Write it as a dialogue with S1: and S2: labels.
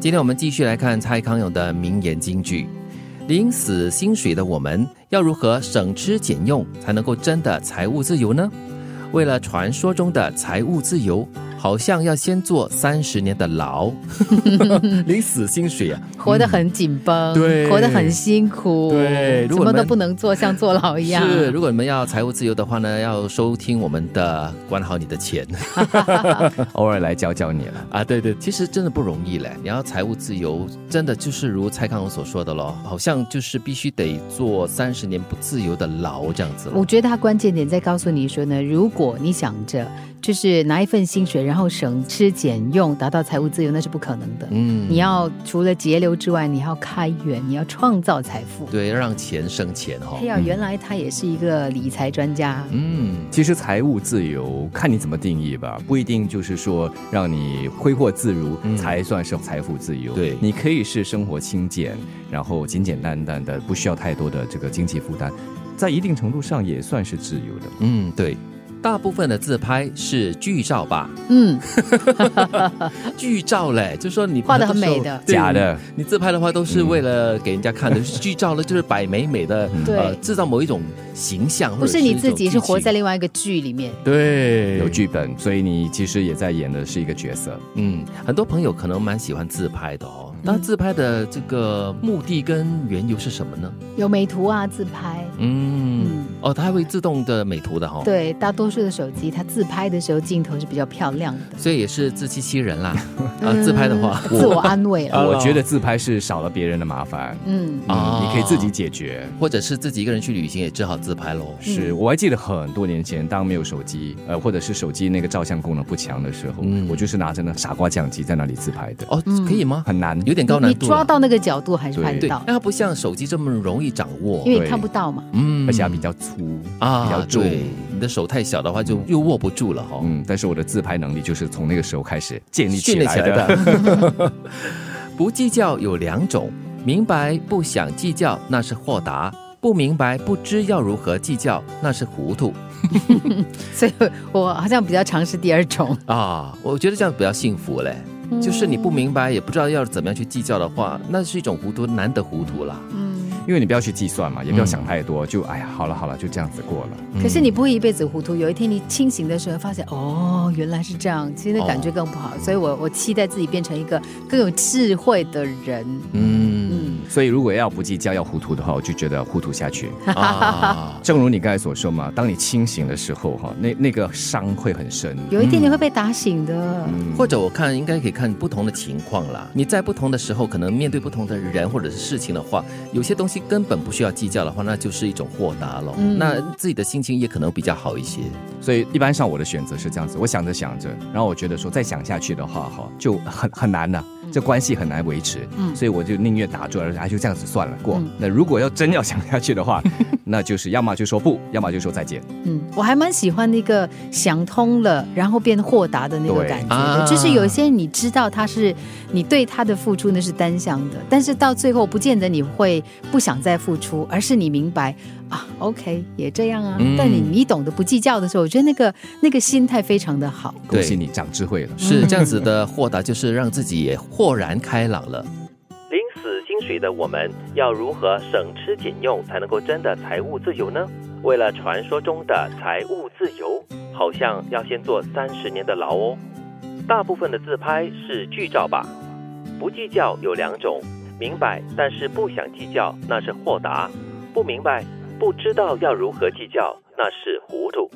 S1: 今天我们继续来看蔡康永的名言金句：“领死薪水的我们，要如何省吃俭用，才能够真的财务自由呢？为了传说中的财务自由，好像要先做三十年的牢， 领死薪水啊！
S2: 活得很紧绷，
S1: 对
S2: 活得很辛苦，
S1: 对如
S2: 什
S1: 果
S2: 么
S1: 你
S2: 都
S1: 们
S2: 不能做，像坐牢一样。
S1: 是，如果你们要财务自由的话呢，要收听我们的《管好你的钱》
S3: 偶尔来教教你了。
S1: 啊，对对，其实真的不容易嘞。你要财务自由，真的就是如蔡康永所说的咯，好像就是必须得做三十年不自由的牢这样子咯。哦
S2: 我觉得他关键点在告诉你说呢，如果你想着就是拿一份薪水，然后省吃俭用，达到财务自由，那是不可能的。
S1: 嗯
S2: 你要除了节流之外，你要开源，你要创造财富。
S1: 对让钱生钱哦哈、
S2: 哎呀，原来他也是一个理财专家。
S1: 嗯，
S3: 其实财务自由看你怎么定义吧，不一定就是说让你挥霍自如
S1: 嗯
S3: 才算是财富自由。
S1: 对
S3: 你可以是生活清简，然后简简单单的，不需要太多的这个经济负担，在一定程度上也算是自由的。
S1: 嗯，对。大部分的自拍是剧照吧，
S2: 嗯，
S1: 剧照嘞，就说你
S2: 画得很美的
S1: 对
S3: 假的嗯
S1: 你自拍的话都是为了给人家看的，就是剧照呢就是摆美美的，
S2: 对
S1: 呃，制造某一种形象，
S2: 不是你自己，是活在
S1: 里
S2: 另外一个剧里面。
S1: 嗯对
S3: 有剧本，所以你其实也在演的是一个角色。
S1: 嗯，很多朋友可能蛮喜欢自拍的哦。
S2: 嗯
S1: 那自拍的这个目的跟缘由是什么呢？
S2: 有美图啊，自拍。
S1: 嗯，
S2: 嗯
S1: 哦，它会自动的美图的哈、哦。。
S2: 对，大多数的手机，它自拍的时候镜头是比较漂亮的。
S1: 所以也是自欺欺人 啦，啊，自拍的话，
S2: 嗯自我安慰了。
S1: 啊
S3: 我觉得自拍是少了别人的麻烦，
S2: 嗯，
S1: 啊嗯
S3: 嗯，你可以自己解决。
S1: 或者是自己一个人去旅行也只好自拍喽。
S2: 嗯
S3: 是，我还记得很多年前，当没有手机，呃，或者是手机那个照相功能不强的时候，
S1: 嗯
S3: 我就是拿着那傻瓜相机在那里自拍的，
S1: 哦，可以吗？
S3: 很难。
S1: 有点高
S2: 你
S1: 难
S2: 你
S1: 度。
S2: 抓，到那个角度还是
S3: 对
S2: 拍得
S1: 对，
S2: 到
S1: 但，它不像手机这么容易掌握
S2: 因。为你
S3: 对
S2: 看不到嘛。
S1: 嗯
S3: 而且它比较粗
S1: 啊，
S3: 比较重。
S1: 对你的手太小的话就又握不住了哈、哦。
S3: 嗯，但是我的自拍能力就是从那个时候开始建立
S1: 训
S3: 起
S1: 练
S3: 来
S1: 起来
S3: 的。
S1: 的。 不计较有两种，明白不想计较那是豁达，不明白不知要如何计较那是糊涂
S2: 所以我好像比较尝试第二种，
S1: 啊！我觉得这样比较幸福嘞。
S2: 嗯
S1: 就是你不明白，也不知道要怎么样去计较的话，那是一种糊涂，难得糊涂啦。
S2: 嗯，
S3: 因为你不要去计算嘛，也不要
S1: 嗯
S3: 想太多，就哎呀，好了好了，就这样子过了。
S2: 可是你不会一辈子糊涂，有一天你清醒的时候发现，哦，原来是这样，其实
S1: 哦
S2: 那感觉更不好。所以我我期待自己变成一个更有智慧的人。
S1: 嗯
S3: 所以如果要不计较、要糊涂的话，我就觉得糊涂下去。，
S1: 啊
S3: 正如你刚才所说嘛，当你清醒的时候，哈，那那个伤会很深。
S2: 有一天你会被打醒的，
S1: 或者我看应该可以看不同的情况啦。你在不同的时候，可能面对不同的人或者是事情的话，有些东西根本不需要计较的话，那就是一种豁达咯。
S2: 嗯
S1: 那自己的心情也可能比较好一些。
S3: 所以一般上我的选择是这样子，我想着想着，然后我觉得说再想下去的话，哈，就很很难了、这关系很难维持。
S2: 嗯
S3: 所以我就宁愿打住了，啊，就这样子算了过。
S2: 嗯
S3: 那如果要真要想下去 的话，那就是要么就说不，要么就说再见。
S2: 嗯，我还蛮喜欢那个想通了，然后变豁达的那种
S3: 对
S2: 感觉的，
S1: 啊
S2: 就是有些你知道他是你对他的付出那是单向的，但是到最后不见得你会不想再付出，而是你明白啊，OK 也这样啊，
S1: 嗯
S2: 但你你懂得不计较的时候，我觉得那个那个心态非常的好。
S3: 恭
S1: 对
S3: 喜你长智慧了。
S1: 是这样子的豁达，就是让自己也豁然开朗了。领死薪水的我们，要如何省吃俭用才能够真的财务自由呢？为了传说中的财务自由，好像要先做三十年的牢哦。大部分的自拍是剧照吧，不计较有两种，明白但是不想计较那是豁达，不明白不知道要如何计较那是糊涂。